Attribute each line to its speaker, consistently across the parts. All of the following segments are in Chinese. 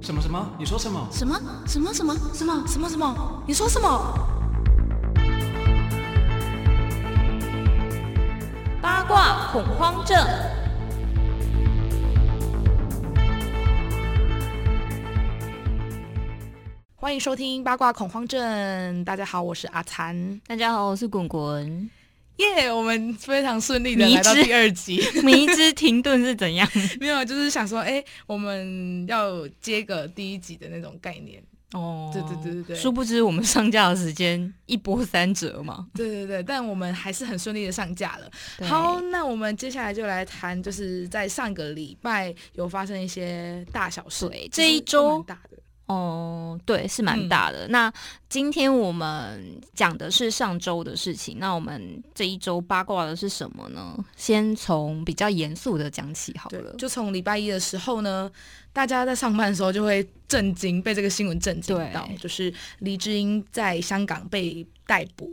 Speaker 1: 什么什么？你说什么？
Speaker 2: 什么什么什么什么什么什么？你说什么？
Speaker 3: 八卦恐慌症。
Speaker 2: 欢迎收听八卦恐慌症。大家好，我是阿残。
Speaker 3: 大家好，我是滚滚。
Speaker 2: 耶、我们非常顺利的
Speaker 3: 迷
Speaker 2: 来到
Speaker 3: 之
Speaker 2: 第二集。
Speaker 3: 迷之停顿是怎样？
Speaker 2: 没有，就是想说，哎、我们要接个第一集的那种概念。
Speaker 3: 哦
Speaker 2: 对对对对对
Speaker 3: 殊不知我们上架的时间一波三折嘛。
Speaker 2: 对对对，但我们还是很顺利的上架了。
Speaker 3: 对
Speaker 2: 好，，那我们接下来就来谈，就是在上个礼拜有发生一些大小事，
Speaker 3: 对
Speaker 2: 就是
Speaker 3: 这一周
Speaker 2: 都蛮大的，
Speaker 3: 哦，对，是蛮大的。那今天我们讲的是上周的事情，那我们这一周八卦的是什么呢？先从比较严肃的讲起好了
Speaker 2: 对，。就从礼拜一的时候呢，大家在上班的时候就会震惊，被这个新闻震惊到
Speaker 3: 对，
Speaker 2: 就是黎智英在香港被逮捕，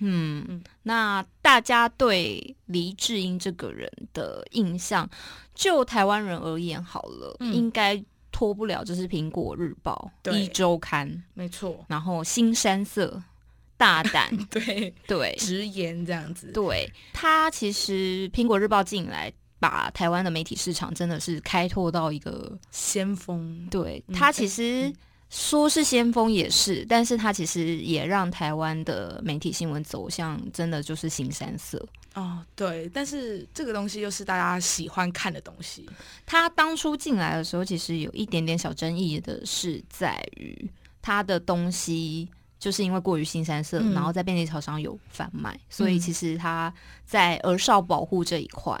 Speaker 3: 嗯，那大家对黎智英这个人的印象，就台湾人而言好了，
Speaker 2: 嗯
Speaker 3: 应该脱不了就是《苹果日报》
Speaker 2: 对
Speaker 3: 一周刊，
Speaker 2: 没错，
Speaker 3: 然后《新山色》、大胆，
Speaker 2: 对，
Speaker 3: 对
Speaker 2: 直言这样子，
Speaker 3: 对，他其实《苹果日报》进来。把台湾的媒体市场真的是开拓到一个，
Speaker 2: 先锋，
Speaker 3: 对
Speaker 2: 嗯
Speaker 3: 他其实说是先锋也是，但是他其实也让台湾的媒体新闻走向真的就是新山色。
Speaker 2: 哦，对，但是这个东西又是大家喜欢看的东西，
Speaker 3: 他当初进来的时候，其实有一点点小争议的是在于他的东西。就是因为过于新三色，
Speaker 2: 嗯
Speaker 3: 然后在便利超商有贩卖，所以其实他在儿少保护这一块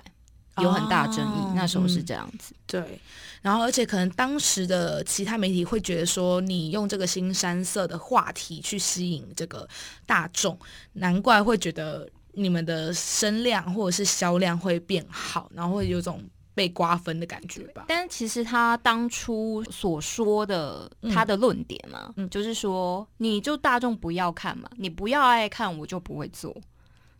Speaker 3: 有很大的争议。
Speaker 2: 哦
Speaker 3: 那时候是
Speaker 2: 嗯
Speaker 3: 这样子，
Speaker 2: 对，然后而且可能当时的其他媒体会觉得说，你用这个新山色的话题去吸引这个大众，难怪会觉得你们的声量或者是销量会变好，然后会有种被瓜分的感觉吧。
Speaker 3: 但其实他当初所说的
Speaker 2: 嗯
Speaker 3: 他的论点嘛，
Speaker 2: 嗯
Speaker 3: 就是说你就大众不要看嘛，你不要爱看，我就不会做。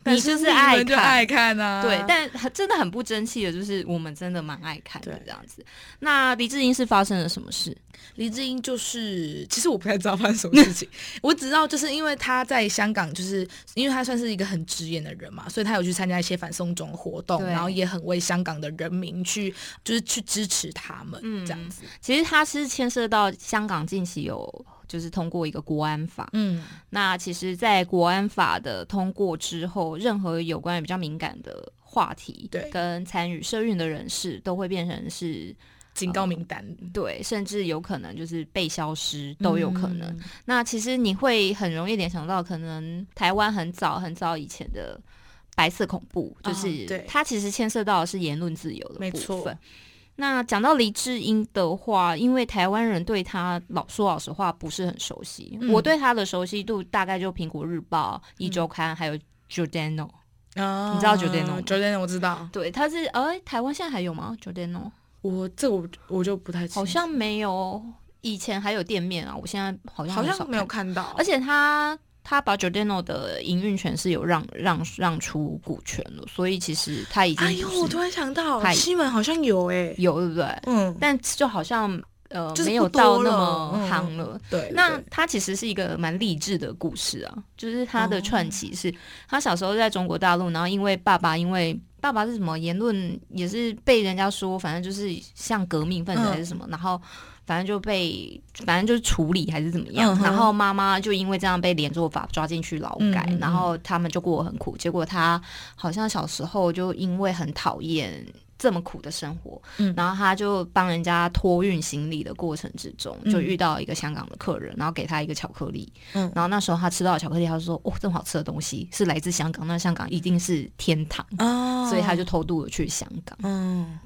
Speaker 2: 但
Speaker 3: 你就是
Speaker 2: 你
Speaker 3: 爱
Speaker 2: 们就
Speaker 3: 看
Speaker 2: 爱看啊，
Speaker 3: 对，但很真的很不争气的，就是我们真的蛮爱看的
Speaker 2: 对
Speaker 3: 这样子。那黎智英是发生了什么事？
Speaker 2: 黎智英就是，其实我不太知道发生什么事情， 我只知道就是因为他在香港，就是因为他算是一个很直言的人嘛，所以他有去参加一些反送中活动，
Speaker 3: 对
Speaker 2: 然后也很为香港的人民去，就是去支持他们、
Speaker 3: 嗯
Speaker 2: 这样子。
Speaker 3: 其实它是牵涉到香港近期有就是通过一个国安法。
Speaker 2: 嗯，
Speaker 3: 那其实，在国安法的通过之后，任何有关于比较敏感的话题，
Speaker 2: 对
Speaker 3: 跟参与社运的人士都会变成是
Speaker 2: 警告名单、
Speaker 3: 对，甚至有可能就是被消失都有可能。
Speaker 2: 嗯
Speaker 3: 那其实你会很容易联想到，可能台湾很早很早以前的白色恐怖，就
Speaker 2: 啊
Speaker 3: 是、
Speaker 2: 对
Speaker 3: 它其实牵涉到的是言论自由的
Speaker 2: 没
Speaker 3: 部
Speaker 2: 错
Speaker 3: 分。那讲到黎智英的话，因为台湾人对他老说老实话不是很熟悉，
Speaker 2: 嗯
Speaker 3: 我对他的熟悉度大概就《苹果日报》《一周刊》还有 Giordano。
Speaker 2: 啊
Speaker 3: 你知道 Giordano 吗
Speaker 2: j o r d a n 啊我知道，
Speaker 3: 对，他是呃，台湾现在还有吗？Giordano
Speaker 2: 我这我我就不太清楚
Speaker 3: 好像没有，以前还有店面啊，我现在好像
Speaker 2: 好
Speaker 3: 很少
Speaker 2: 像没有
Speaker 3: 看
Speaker 2: 看到，
Speaker 3: 而且他他把 Giordano 的营运权是有让让让出股权了，所以其实他已经
Speaker 2: 哎呦，
Speaker 3: 不是
Speaker 2: 我突然想到
Speaker 3: 太
Speaker 2: 西门好像有哎、
Speaker 3: 有对不对？
Speaker 2: 嗯，
Speaker 3: 但就好像呃
Speaker 2: 就是
Speaker 3: 没有
Speaker 2: 不多
Speaker 3: 到那
Speaker 2: 了
Speaker 3: 么
Speaker 2: 嗯
Speaker 3: 夯了。
Speaker 2: 对，
Speaker 3: 那
Speaker 2: 对
Speaker 3: 他其实是一个蛮励志的故事啊，就是他的
Speaker 2: 哦
Speaker 3: 串起是，他小时候在中国大陆，然后因为爸爸，因为爸爸是什么言论也是被人家说，反正就是像革命
Speaker 2: 嗯
Speaker 3: 分子还是什么，然后反正就被反正就是处理还是怎么样，
Speaker 2: 嗯哼
Speaker 3: 然后妈妈就因为这样被连坐法抓进去劳改，
Speaker 2: 嗯嗯嗯
Speaker 3: 然后他们就过得很苦，结果他好像小时候就因为很讨厌。这么苦的生活，
Speaker 2: 嗯
Speaker 3: 然后他就帮人家托运行李的过程之中，
Speaker 2: 嗯
Speaker 3: 就遇到一个香港的客人，然后给他一个巧克力，
Speaker 2: 嗯
Speaker 3: 然后那时候他吃到的巧克力，他就说：“哦，这么好吃的东西是来自香港，那香港一定是天堂。”
Speaker 2: 哦，
Speaker 3: 所以他就偷渡了去香港。
Speaker 2: 嗯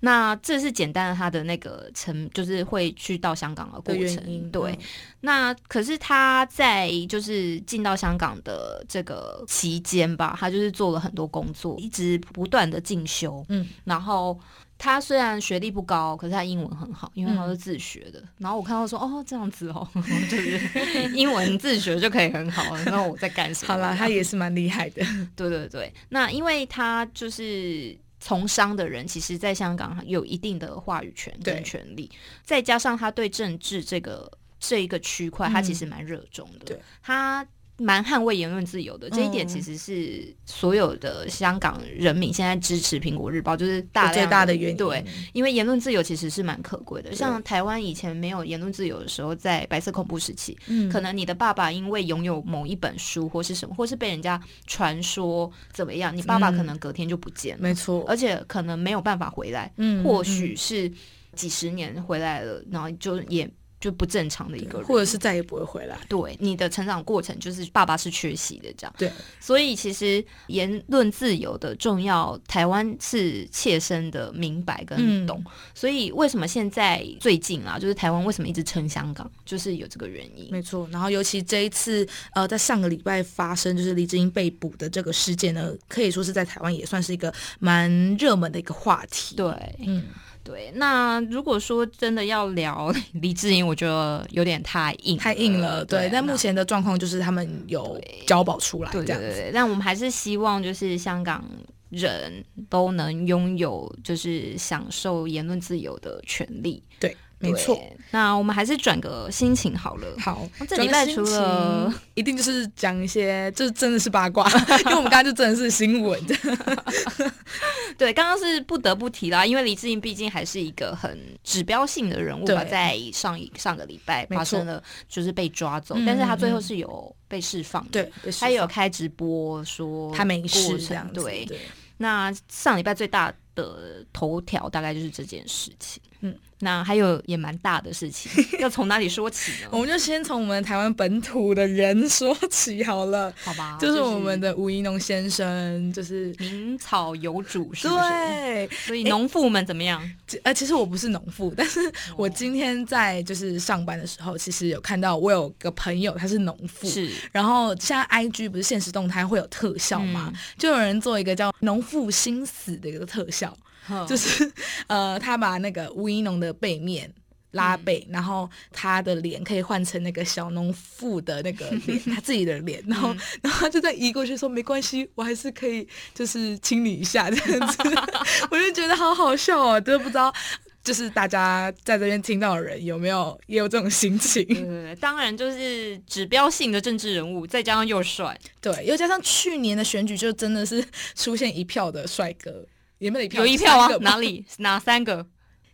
Speaker 3: 那这是简单的他的那个成，就是会去到香港的过
Speaker 2: 的原因嗯
Speaker 3: 程。对，那可是他在就是进到香港的这个期间吧，他就是做了很多工作，一直不断的进修。
Speaker 2: 嗯，
Speaker 3: 然后他虽然学历不高，可是他英文很好，因为他
Speaker 2: 嗯
Speaker 3: 是自学的。然后我看到说，哦，这样子哦， 就是英文自学就可以很好了。那我在干什么？
Speaker 2: 好啦，他也是蛮厉害的。
Speaker 3: 对对对。那因为他就是。从商的人，其实在香港有一定的话语权
Speaker 2: 对
Speaker 3: 跟权利，再加上他对政治这个这一个区块，他
Speaker 2: 嗯
Speaker 3: 其实蛮热衷的，
Speaker 2: 对
Speaker 3: 他。蛮捍卫言论自由的，这一
Speaker 2: 嗯
Speaker 3: 点其实是所有的香港人民现在支持《苹果日报》就是大
Speaker 2: 有
Speaker 3: 量
Speaker 2: 最大的原因。嗯
Speaker 3: 对，因为言论自由其实是蛮可贵的。
Speaker 2: 对
Speaker 3: 像台湾以前没有言论自由的时候，在白色恐怖时期，
Speaker 2: 嗯
Speaker 3: 可能你的爸爸因为拥有某一本书或是什么，或是被人家传说怎么样，你爸爸
Speaker 2: 嗯
Speaker 3: 可能隔天就不见了，
Speaker 2: 没错，
Speaker 3: 而且可能没有办法回来，
Speaker 2: 嗯
Speaker 3: 呃或许是几十年回来了，然后就也就不正常的一个
Speaker 2: 嗯
Speaker 3: 人，
Speaker 2: 或者是再也不会回来。
Speaker 3: 对你的成长过程，就是爸爸是缺席的这样。
Speaker 2: 对，
Speaker 3: 所以其实言论自由的重要，台湾是切身的明白
Speaker 2: 嗯
Speaker 3: 跟懂。所以为什么现在最近啊，就是台湾为什么一直撑香港，就是有这个原因。
Speaker 2: 没错，然后尤其这一次，呃，在上个礼拜发生就是黎智英被捕的这个事件呢，可以说是在台湾也算是一个蛮热门的一个话题。，
Speaker 3: 对
Speaker 2: 嗯，
Speaker 3: 对，那如果说真的要聊 黎智英，我觉得有点太硬，
Speaker 2: 太硬了。对，但
Speaker 3: 呃啊那
Speaker 2: 目前的状况就是他们有交保出来
Speaker 3: 对
Speaker 2: 这
Speaker 3: 对
Speaker 2: 样
Speaker 3: 对
Speaker 2: 子。
Speaker 3: 对，但我们还是希望就是香港人都能拥有就是享受言论自由的权利。
Speaker 2: 对，没
Speaker 3: 对
Speaker 2: 错。。
Speaker 3: 那我们还是转个心情好 了。
Speaker 2: 好，
Speaker 3: 这礼拜除了
Speaker 2: 转个心 情一定就是讲一些，就是真的是八卦， 因为我们刚刚就真的是新闻。
Speaker 3: 对，刚刚是不得不提啦，因为李志英毕竟还是一个很指标性的人物吧，
Speaker 2: 对
Speaker 3: 在上一上个礼拜
Speaker 2: 没错
Speaker 3: 发生了就是被抓走
Speaker 2: 嗯，
Speaker 3: 但是他最后是有被释放的。
Speaker 2: 对，
Speaker 3: 他有开直播说
Speaker 2: 他没
Speaker 3: 过
Speaker 2: 事
Speaker 3: 程
Speaker 2: 这样子。
Speaker 3: 对，
Speaker 2: 对
Speaker 3: 那上礼拜最大的头条大概就是这件事情。
Speaker 2: 嗯
Speaker 3: 嗯，那还有也蛮大的 事情，要从哪里说起呢
Speaker 2: 我？们就先从我们台湾本土的人说起好了。
Speaker 3: 好吧，
Speaker 2: 就是我们的吴怡农先生，就是
Speaker 3: 名草有主，是不是？
Speaker 2: 对，
Speaker 3: 所以农妇们怎么样？
Speaker 2: 其呃，其实我不是农妇，但是
Speaker 3: 哦
Speaker 2: 我今天在就是上班的时候，其实有看到我有个朋友他是农妇。
Speaker 3: 是
Speaker 2: 然后现在 I G 不是现实动态会有特效吗？
Speaker 3: 嗯
Speaker 2: 就有人做一个叫“农妇心死”的一个特效，就是是呃，他把那个吴一农的背面拉
Speaker 3: 嗯
Speaker 2: 背，然后他的脸可以换成那个小农妇的那个 脸，他自己的脸，然
Speaker 3: 嗯
Speaker 2: 后、然后他就在移过去说没关系，我还是可以就是亲你一下这样 子，我就觉得好好笑哦，都不知道。就是大家在这边听到的人有没有也有这种心情？
Speaker 3: 呃，当然就是指标性的政治人物，再加上又帅，
Speaker 2: 对，又加上去年的选举，就真的是出现一票的帅哥，也没有一票，
Speaker 3: 有一票啊
Speaker 2: 三个，吧
Speaker 3: 哪里哪三个？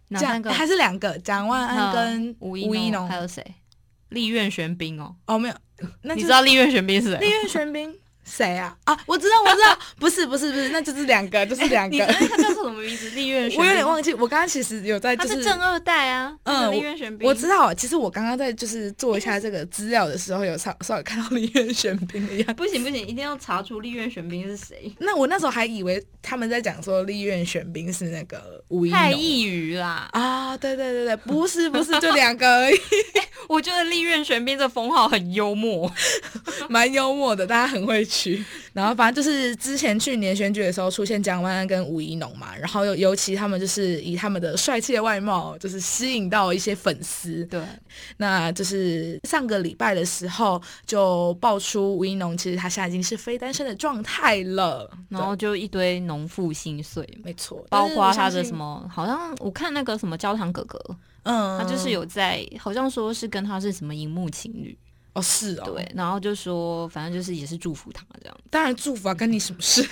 Speaker 3: 哪
Speaker 2: 蒋
Speaker 3: 三个？
Speaker 2: 还是两个，蒋万安跟
Speaker 3: 嗯吴
Speaker 2: 一
Speaker 3: 一
Speaker 2: 农
Speaker 3: 农，还有谁？立院玄彬哦，
Speaker 2: 哦， 没有，那
Speaker 3: 你
Speaker 2: 就
Speaker 3: 知
Speaker 2: 是
Speaker 3: 道立院玄彬是
Speaker 2: 立
Speaker 3: 谁？
Speaker 2: 院玄彬 谁啊？啊，我知道，我知道， 不是，不是，不是，那就是两 个，就是两
Speaker 3: 你
Speaker 2: 个
Speaker 3: 知道。他叫什么名字？立院玄彬，
Speaker 2: 我有点忘记， 我刚刚其实有在，
Speaker 3: 他
Speaker 2: 就是
Speaker 3: 正二代啊，
Speaker 2: 嗯
Speaker 3: 那个林渊玄彬，
Speaker 2: 我知道，啊其实我刚刚在就是做一下这个资料的时候，有稍稍微看到立院玄彬的样子。
Speaker 3: 不行不行，一定要查出立院玄彬是谁。
Speaker 2: 那我那时候还以为他们在讲说立院玄彬是那个吴一
Speaker 3: 太
Speaker 2: 农
Speaker 3: 抑郁啦！
Speaker 2: 啊，对对对对，不是 不是，就两个而已，
Speaker 3: 我觉得立院玄彬这封号很幽默，
Speaker 2: 蛮幽默的，大家很会取。然后反正就是之前去年选举的时候出现蒋万安跟吴怡农嘛，然后尤尤其他们就是以他们的帅气的外貌，就是吸引到一些粉丝。
Speaker 3: 对，
Speaker 2: 那就是上个礼拜的时候就爆出吴怡农其实他现在已经是非单身的状态了，
Speaker 3: 然后就一堆农妇心碎，
Speaker 2: 对没错，
Speaker 3: 包括
Speaker 2: 但
Speaker 3: 他
Speaker 2: 是我相
Speaker 3: 的
Speaker 2: 信
Speaker 3: 什，么，好像我看那个什么焦糖哥哥，
Speaker 2: 嗯，
Speaker 3: 他就是有在，好像说是跟他是什么荧幕情侣，
Speaker 2: 哦是哦，
Speaker 3: 对，然后就说反正就是也是祝福他这样，
Speaker 2: 当然祝福啊，跟你什么 事？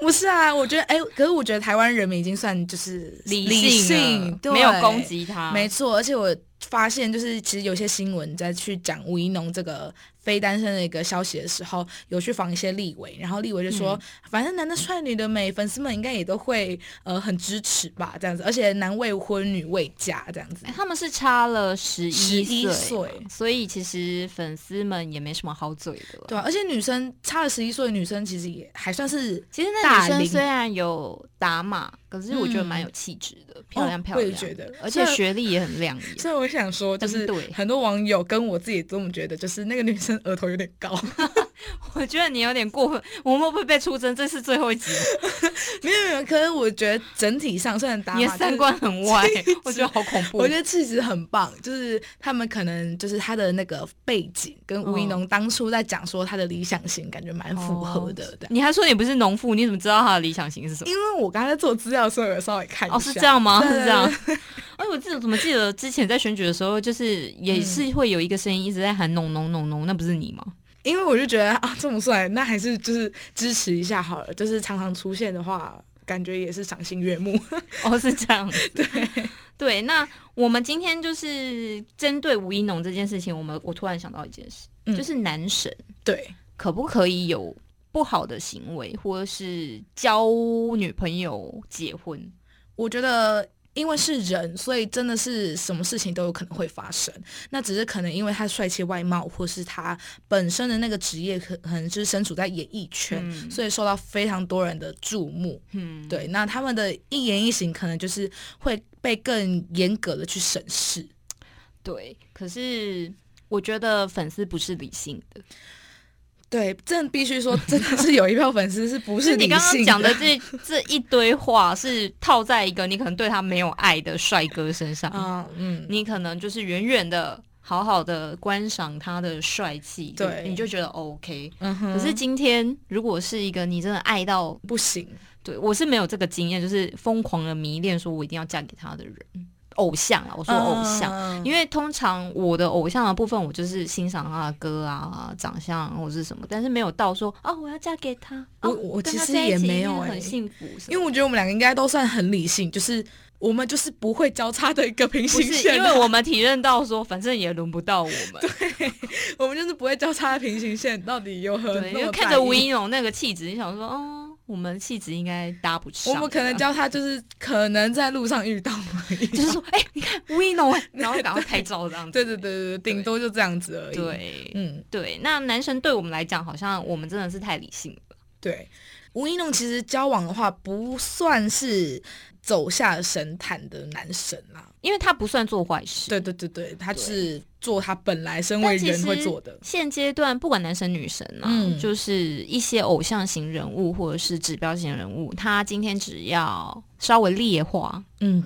Speaker 2: 不是啊，我觉得哎、可是我觉得台湾人民已经算就是
Speaker 3: 性了
Speaker 2: 性对
Speaker 3: 没有攻击他，
Speaker 2: 没错，而且我发现，就是其实有些新闻在去讲吴怡农这个非单身的一个消息的时候，有去访一些立委，然后立委就
Speaker 3: 嗯
Speaker 2: 说，反正男的帅，女的美，粉丝们应该也都会呃很支持吧，这样子，而且男未婚，女未嫁这样子
Speaker 3: 哎。他们是差了十
Speaker 2: 11
Speaker 3: 一
Speaker 2: 岁
Speaker 3: 所以其实粉丝们也没什么好嘴的。
Speaker 2: 对、啊，而且女生差了十一岁，女生其实也还算是
Speaker 3: 其实那
Speaker 2: 大
Speaker 3: 女生
Speaker 2: 龄
Speaker 3: 虽然有打码，可是我觉得蛮有气质的，漂亮漂
Speaker 2: 哦我
Speaker 3: 亮
Speaker 2: 也觉
Speaker 3: 的，
Speaker 2: 得
Speaker 3: 而
Speaker 2: 虽
Speaker 3: 且
Speaker 2: 然
Speaker 3: 学历也很亮眼。
Speaker 2: 所以我想说，就是
Speaker 3: 登对
Speaker 2: 很多网友跟我自己这么觉得，就是那个女生额头有点高，
Speaker 3: 我觉得你有点过分，我们会不会被出征？这是最后一集，
Speaker 2: 没有没有，可是我觉得整体上虽然打
Speaker 3: 你的
Speaker 2: 法
Speaker 3: 三
Speaker 2: 就是
Speaker 3: 观很歪，我觉得好恐怖
Speaker 2: 我觉。得气质很棒，就是他们可能就是他的那个背景跟吴一
Speaker 3: 嗯
Speaker 2: 农当初在讲说他的理想型，感觉蛮符合的。对
Speaker 3: 你还说你不是农妇，你怎么知道他的理想型是什么？
Speaker 2: 因为我刚才在做资料的时候有稍微看一下，
Speaker 3: 哦，是这样吗？
Speaker 2: 对
Speaker 3: 是
Speaker 2: 对
Speaker 3: 这样。哎，我记得怎么记得之前在选举的时候，就是
Speaker 2: 嗯
Speaker 3: 也是会有一个声音一直在喊“农农农农”，那不是你吗？
Speaker 2: 因为我就觉得啊，这么帅，那还是就是支持一下好了。就是常常出现的话，感觉也是赏心悦目。
Speaker 3: 哦，是这样。对 对，那我们今天就是针对吴一农这件事情，我们我突然想到一件事，
Speaker 2: 嗯
Speaker 3: 就是男神
Speaker 2: 对，
Speaker 3: 可不可以有不好的行为，或者是交女朋友结婚？
Speaker 2: 我觉得。因为是人，所以真的是什么事情都有可能会发生。那只是可能因为他帅气外貌，或是他本身的那个职业，可可能就是身处在演艺圈，
Speaker 3: 嗯
Speaker 2: 所以受到非常多人的注目。
Speaker 3: 嗯，
Speaker 2: 对，那他们的一言一行可能就是会被更严格的去审视。
Speaker 3: 对。可是我觉得粉丝不是理性的，
Speaker 2: 对，真的必须说，真的是有一票粉丝是不
Speaker 3: 就是是你
Speaker 2: 理
Speaker 3: 刚刚
Speaker 2: 性
Speaker 3: 讲的这这一堆话，是套在一个你可能对他没有爱的帅哥身上，
Speaker 2: 啊，嗯，
Speaker 3: 你可能就是远远的、好好的观赏他的帅气，
Speaker 2: 对
Speaker 3: 你就觉得 OK。
Speaker 2: 嗯哼，
Speaker 3: 可是今天，如果是一个你真的爱到，
Speaker 2: 不行，
Speaker 3: 对我是没有这个经验，就是疯狂的迷恋，说我一定要嫁给他的人，偶像啊，我说偶像，
Speaker 2: 像
Speaker 3: 因为通常我的偶像的部分，我就是欣赏他的歌啊、长相或是什么，但是没有到说哦，我要嫁给他。哦
Speaker 2: 我我
Speaker 3: 跟
Speaker 2: 其
Speaker 3: 他
Speaker 2: 实
Speaker 3: 在一
Speaker 2: 也
Speaker 3: 起
Speaker 2: 没
Speaker 3: 一定
Speaker 2: 有欸
Speaker 3: 很幸福什么的，
Speaker 2: 因为我觉得我们两个应该都算很理性，就是我们就是不会交叉的一个平
Speaker 3: 不
Speaker 2: 行
Speaker 3: 是
Speaker 2: 线
Speaker 3: 因
Speaker 2: 啊，
Speaker 3: 为我们体认到说，反正也轮不到 我们，
Speaker 2: 我们就是不会交叉的平行线，到底有何
Speaker 3: 对，因
Speaker 2: 那
Speaker 3: 为
Speaker 2: 么
Speaker 3: 看
Speaker 2: 在
Speaker 3: 着
Speaker 2: 意
Speaker 3: 吴一农那个气质，你想说，哦，我们气质应该搭不上
Speaker 2: 我
Speaker 3: 的，
Speaker 2: 们可 能交叉就是可能在路上遇到而已，
Speaker 3: 就是说，哎、你看吴一农， 哎然后赶快拍照 这样子，
Speaker 2: 对对对对对，顶多就这样子而已。，
Speaker 3: 对
Speaker 2: 嗯，
Speaker 3: 对，那男神对我们来讲，好像我们真的是太理性了，
Speaker 2: 对，吴一农其实交往的话，不算是走下神坛的男神啦。
Speaker 3: 因为他不算做坏事，
Speaker 2: 对对对对，他
Speaker 3: 对
Speaker 2: 是做他本来身为
Speaker 3: 但其
Speaker 2: 人
Speaker 3: 实
Speaker 2: 会做的。
Speaker 3: 现阶段不管男神女神啊，
Speaker 2: 嗯
Speaker 3: 就是一些偶像型人物或者是指标型人物，他今天只要稍微劣化，
Speaker 2: 嗯，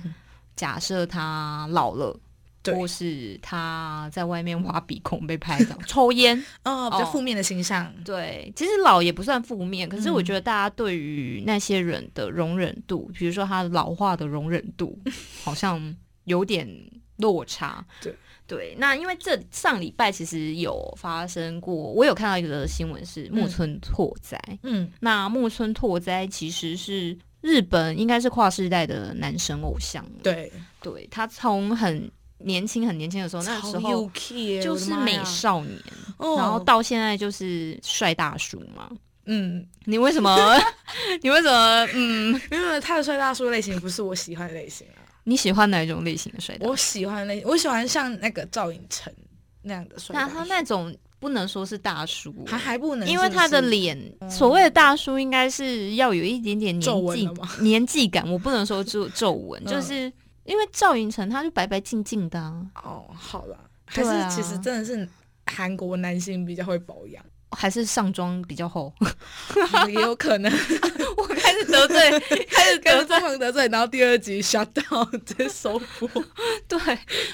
Speaker 3: 假设他老了。
Speaker 2: 对
Speaker 3: 或是他在外面挖鼻孔被拍到抽烟，
Speaker 2: 哦，比较
Speaker 3: 哦
Speaker 2: 负面的形象。
Speaker 3: 对，其实老也不算负面，可是
Speaker 2: 嗯
Speaker 3: 我觉得大家对于那些人的容忍度，比如说他老化的容忍 度，好像有点落差。
Speaker 2: 对
Speaker 3: 对，那因为这上礼拜其实有发生过，我有看到一个新闻是木村拓哉，
Speaker 2: 嗯
Speaker 3: 那木村拓哉其实是日本应该是跨世代的男神偶像了，
Speaker 2: 对，
Speaker 3: 对他从很年轻很年轻的时候，那时
Speaker 2: 超有
Speaker 3: 候
Speaker 2: key 耶
Speaker 3: 就是美，少年，
Speaker 2: 我的妈呀
Speaker 3: 然后
Speaker 2: 哦
Speaker 3: 到现在就是帅大叔嘛。
Speaker 2: 嗯，
Speaker 3: 你为什么？ 你为什么？嗯，
Speaker 2: 没有没有他的帅大叔类型不是我喜欢的类型啊，
Speaker 3: 你喜欢哪一种类型的帅大叔？
Speaker 2: 我喜欢类，我喜欢像那个赵寅成那样的帅大
Speaker 3: 那
Speaker 2: 叔。
Speaker 3: 他那种不能说是大叔，啊
Speaker 2: 还还不能，
Speaker 3: 因为他的
Speaker 2: 是不是
Speaker 3: 脸，所谓的大叔应该是要有一点点
Speaker 2: 皱
Speaker 3: 年
Speaker 2: 纹
Speaker 3: 纪
Speaker 2: 了 吗？
Speaker 3: 年纪感。我不能说皱皱纹，
Speaker 2: 嗯
Speaker 3: 就是因为赵寅成他就白白净净的、啊，
Speaker 2: 哦，好啦，还
Speaker 3: 对
Speaker 2: 是
Speaker 3: 啊
Speaker 2: 其实真的是韩国男性比较会保养。
Speaker 3: 还是上妆比较厚。
Speaker 2: 也有可能
Speaker 3: 我开始得 罪，开始
Speaker 2: 跟
Speaker 3: 得罪
Speaker 2: 疯狂得罪，然后第二集 shut down 直接收播。
Speaker 3: 对，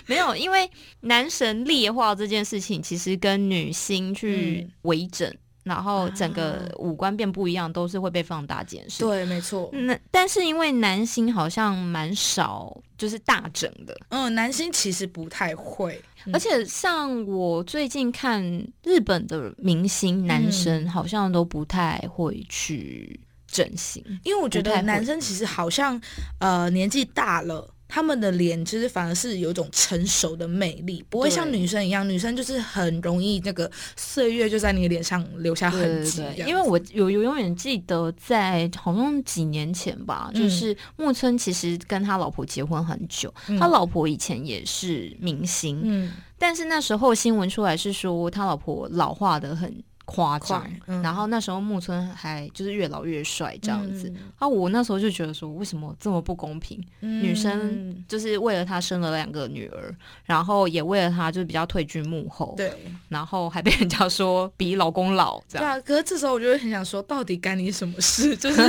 Speaker 3: 没有，因为男神劣化这件事情，其实跟女星去
Speaker 2: 嗯
Speaker 3: 微整，然后整
Speaker 2: 啊
Speaker 3: 个五官变不一样，都是会被放大检视。
Speaker 2: 对，没错。
Speaker 3: 那但是因为男星好像蛮少，就是大整的，
Speaker 2: 嗯，男星其实不太会，嗯
Speaker 3: 而且像我最近看日本的明星
Speaker 2: 嗯
Speaker 3: 男生，好像都不太会去整形。
Speaker 2: 因为我觉
Speaker 3: 不
Speaker 2: 得
Speaker 3: 太会
Speaker 2: 男生其实好像呃年纪大了。他们的脸其实反而是有一种成熟的魅力，不会
Speaker 3: 对
Speaker 2: 像女生一样，女生就是很容易那个岁月就在你脸上留下
Speaker 3: 对
Speaker 2: 痕
Speaker 3: 对
Speaker 2: 迹这样子。
Speaker 3: 对，因为我有有永远记得在好像几年前吧，
Speaker 2: 嗯
Speaker 3: 就是木村其实跟他老婆结婚很久，
Speaker 2: 嗯
Speaker 3: 他老婆以前也是明星，
Speaker 2: 嗯
Speaker 3: 但是那时候新闻出来是说他老婆老化的很夸张
Speaker 2: 快。，嗯
Speaker 3: 然后那时候木村还就是越老越帅这样子、
Speaker 2: 嗯
Speaker 3: 啊，我那时候就觉得说，为什么这么不公平？女生
Speaker 2: 嗯
Speaker 3: 就是为了他生了两个女儿，然后也为了他就是比较退居幕后，
Speaker 2: 对
Speaker 3: 然后还被人家说比老公老这
Speaker 2: 对
Speaker 3: 样。
Speaker 2: 啊，可是这时候我就会很想说，到底干你什么 事？就是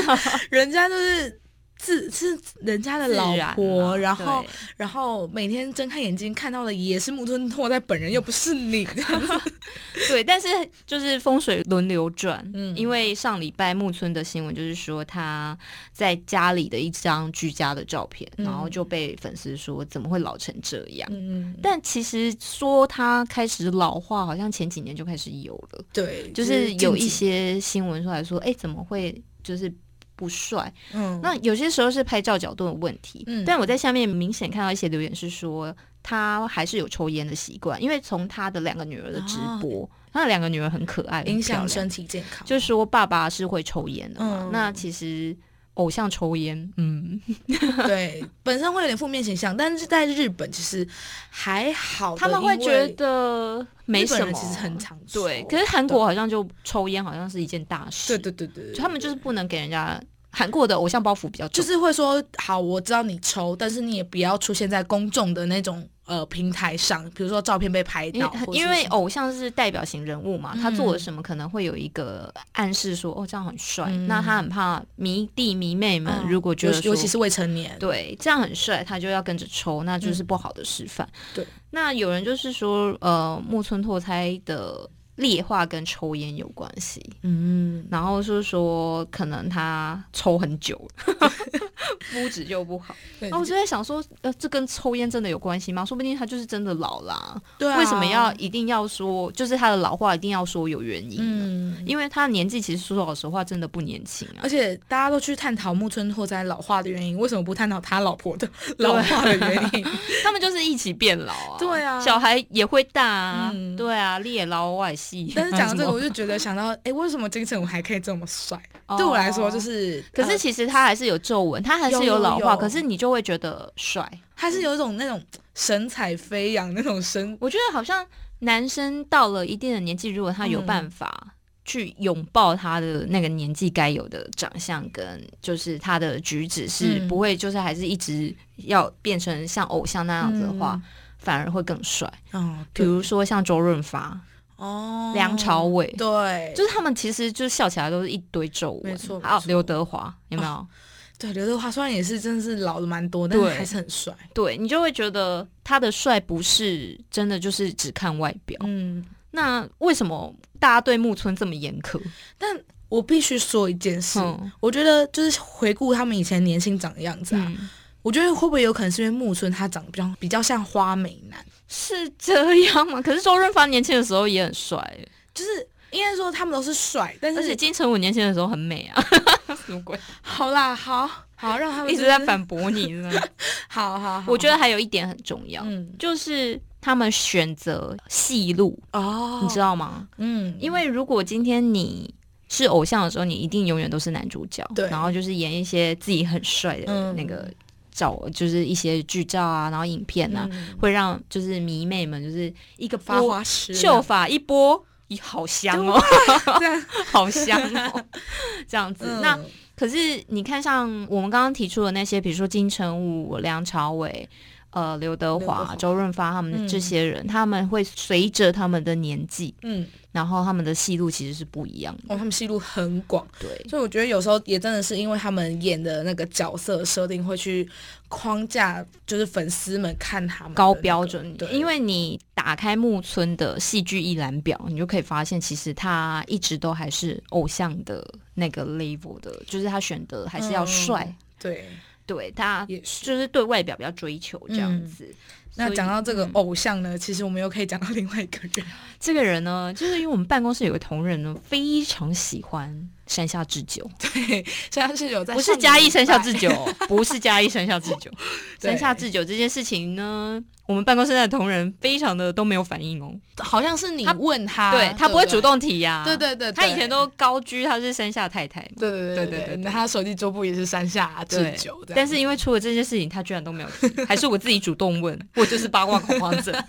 Speaker 2: 人家就是自是人家的
Speaker 3: 自
Speaker 2: 老
Speaker 3: 然
Speaker 2: 婆，
Speaker 3: 啦
Speaker 2: 然啊后
Speaker 3: 对
Speaker 2: 然后每天睁开眼睛看到的也是木村拓哉本人，又不是你。这样子
Speaker 3: 对，但是就是风水轮流转，
Speaker 2: 嗯
Speaker 3: 因为上礼拜木村的新闻就是说他在家里的一张居家的照片，
Speaker 2: 嗯
Speaker 3: 然后就被粉丝说怎么会老成这样。
Speaker 2: 嗯，
Speaker 3: 但其实说他开始老化，好像前几年就开始有了，
Speaker 2: 对，
Speaker 3: 就是
Speaker 2: 近
Speaker 3: 有一
Speaker 2: 几
Speaker 3: 些新闻出来说，哎，怎么会就是不帅？
Speaker 2: 嗯，
Speaker 3: 那有些时候是拍照角度的问题，
Speaker 2: 嗯
Speaker 3: 但我在下面明显看到一些留言是说他还是有抽烟的习惯，因为从他的两个女儿的直播，他的两个女儿很可爱，
Speaker 2: 啊影
Speaker 3: 很漂
Speaker 2: 响
Speaker 3: 亮
Speaker 2: 身体健康，
Speaker 3: 就是说爸爸是会抽烟的嘛，
Speaker 2: 嗯
Speaker 3: 那其实偶像抽烟，嗯，
Speaker 2: 对本身会有点负面形象，但是在日本其实还好的，
Speaker 3: 他们会
Speaker 2: 因
Speaker 3: 觉
Speaker 2: 为
Speaker 3: 得没
Speaker 2: 哦日本
Speaker 3: 什
Speaker 2: 人
Speaker 3: 么，
Speaker 2: 其实很常
Speaker 3: 对，
Speaker 2: 抽
Speaker 3: 可是韩国好像就抽烟好像是一件大事，
Speaker 2: 对对对对，对
Speaker 3: 他们就是不能给人家韩国的偶像包袱比较
Speaker 2: 就
Speaker 3: 重，
Speaker 2: 是会说，好，我知道你抽，但是你也不要出现在公众的那种呃平台上，比如说照片被拍
Speaker 3: 因为
Speaker 2: 到，或是
Speaker 3: 因为
Speaker 2: 什么
Speaker 3: 偶像是代表型人物嘛，
Speaker 2: 嗯
Speaker 3: 他做了什么可能会有一个暗示说，哦，这样很帅。
Speaker 2: 嗯
Speaker 3: 那他很怕迷弟迷妹们，嗯如果觉得
Speaker 2: 尤
Speaker 3: 说
Speaker 2: 尤其是未成年，
Speaker 3: 对这样很帅，他就要跟着抽，那就是不好的示范。
Speaker 2: 对，
Speaker 3: 那有人就是说，呃，木村拓哉的劣化跟抽烟有关系，
Speaker 2: 嗯，
Speaker 3: 然后是说可能他抽很 久了，肤质就不好。
Speaker 2: 对
Speaker 3: 然后我就在想说，呃，这跟抽烟真的有关系吗？说不定他就是真的老啦。
Speaker 2: 对啊，
Speaker 3: 为什么要一定要说，就是他的老化一定要说有原因呢？
Speaker 2: 嗯？
Speaker 3: 因为他年纪其实说老实话，真的不年轻啊
Speaker 2: 而。且大家都去探讨木村拓哉老化的原因，为什么不探讨他老婆的 老化的原 因？
Speaker 3: 他们就是一起变老啊。
Speaker 2: 对啊
Speaker 3: 小孩也会大啊。
Speaker 2: 嗯
Speaker 3: 对啊，猎老外系。
Speaker 2: 但是讲到这个，我
Speaker 3: 什
Speaker 2: 就觉得想到，哎、为什么金城武还可以这么帅？
Speaker 3: 么
Speaker 2: 对我来说，就
Speaker 3: 哦
Speaker 2: 是，
Speaker 3: 可是
Speaker 2: 呃
Speaker 3: 其实他还是有皱纹，他还是
Speaker 2: 有有
Speaker 3: 老化，
Speaker 2: 有
Speaker 3: 可是你就会觉得帅。
Speaker 2: 他是有一种那种神采飞扬那种 神，
Speaker 3: 我觉得好像男生到了一定的年纪，如果他有
Speaker 2: 嗯
Speaker 3: 办法去拥抱他的那个年纪该有的长相，跟就是他的举止是
Speaker 2: 嗯
Speaker 3: 不会，就是还是一直要变成像偶像那样子的话，
Speaker 2: 嗯
Speaker 3: 反而会更帅。
Speaker 2: 哦，
Speaker 3: 比如说像周润发、
Speaker 2: 哦，
Speaker 3: 梁朝伟，
Speaker 2: 对，
Speaker 3: 就是他们其实就是笑起来都是一堆皱纹，
Speaker 2: 没错哦
Speaker 3: 还有
Speaker 2: 没错
Speaker 3: 刘德华有没有？
Speaker 2: 对，刘德华虽然也是真的是老的蛮多，但是
Speaker 3: 对
Speaker 2: 还是很帅。
Speaker 3: 对你就会觉得他的帅不是真的，就是只看外表。
Speaker 2: 嗯，
Speaker 3: 那为什么大家对木村这么严苛？
Speaker 2: 但我必须说一件事，
Speaker 3: 嗯
Speaker 2: 我觉得就是回顾他们以前年轻长的样子啊，
Speaker 3: 嗯
Speaker 2: 我觉得会不会有可能是因为木村他长得比较比较像花美男，
Speaker 3: 是这样吗？可 是周润发年轻的时候也很帅，
Speaker 2: 就是应该说他们都是帅，但
Speaker 3: 而且
Speaker 2: 是
Speaker 3: 金城武年轻的时候很美啊， 什么鬼？
Speaker 2: 好啦，好好让他们就
Speaker 3: 一直
Speaker 2: 是
Speaker 3: 在，反 驳你，真的
Speaker 2: 好好好，
Speaker 3: 我觉得还有一点很重要，
Speaker 2: 嗯
Speaker 3: 就是他们选择戏路，
Speaker 2: 哦，
Speaker 3: 你知
Speaker 2: 道，
Speaker 3: 道吗？
Speaker 2: 嗯，
Speaker 3: 因为如果今天你是偶像的时候，你一定永远都是男主角，
Speaker 2: 对
Speaker 3: 然后就是演一些自己很帅的
Speaker 2: 嗯
Speaker 3: 那个照，就是一些剧照啊，然后影片啊，
Speaker 2: 嗯
Speaker 3: 会让就是迷妹们就是一个
Speaker 2: 发
Speaker 3: 波
Speaker 2: 花痴
Speaker 3: 秀发一波，咦，好香哦，
Speaker 2: 这样，
Speaker 3: 好香哦，这样子。
Speaker 2: 嗯
Speaker 3: 那可是你看，像我们刚刚提出的那些，比如说金城武、梁朝伟。呃，刘德
Speaker 2: 刘德
Speaker 3: 华
Speaker 2: 华、
Speaker 3: 周润发他们
Speaker 2: 嗯
Speaker 3: 这些人，他们会随着他们的年纪，
Speaker 2: 嗯，
Speaker 3: 然后他们的戏路其实是不一样的。
Speaker 2: 哦，他们戏路很广。
Speaker 3: 对，
Speaker 2: 所以我觉得有时候也真的是因为他们演的那个角色设定会去框架，就是粉丝们看他们的
Speaker 3: 高
Speaker 2: 那个
Speaker 3: 标准，
Speaker 2: 对，
Speaker 3: 因为你打开木村的戏剧一览表，你就可以发现，其实他一直都还是偶像的那个 level 的，就是他选的还是要帅，
Speaker 2: 嗯对
Speaker 3: 对他
Speaker 2: 也是。嗯
Speaker 3: 就是对外表比较追求这样子。
Speaker 2: 那
Speaker 3: 所以
Speaker 2: 讲到这个
Speaker 3: 嗯
Speaker 2: 偶像呢，其实我们又可以讲到另外一个人，
Speaker 3: 这个人呢，就是因为我们办公室有个同仁呢，非常喜欢山下智久，
Speaker 2: 现在是有在
Speaker 3: 不是嘉义
Speaker 2: 生
Speaker 3: 山下智久，不是嘉义山下智 久，
Speaker 2: 对
Speaker 3: 山下智久这件事情呢，我们办公室的同仁非常的都没有反应哦，
Speaker 2: 好像是你
Speaker 3: 他
Speaker 2: 问他，
Speaker 3: 对他不会主
Speaker 2: 动，
Speaker 3: 动提
Speaker 2: 啊
Speaker 3: 呀、
Speaker 2: 对对对，对
Speaker 3: 他以前都高居他是山下太太嘛，
Speaker 2: 对对对
Speaker 3: 对对对
Speaker 2: 对
Speaker 3: 对
Speaker 2: 对，他手机桌布也是山下智
Speaker 3: 对
Speaker 2: 久的，
Speaker 3: 但是 因为出了这件事情，他居然都没有提，还是我自己主动问，我就是八卦恐慌症。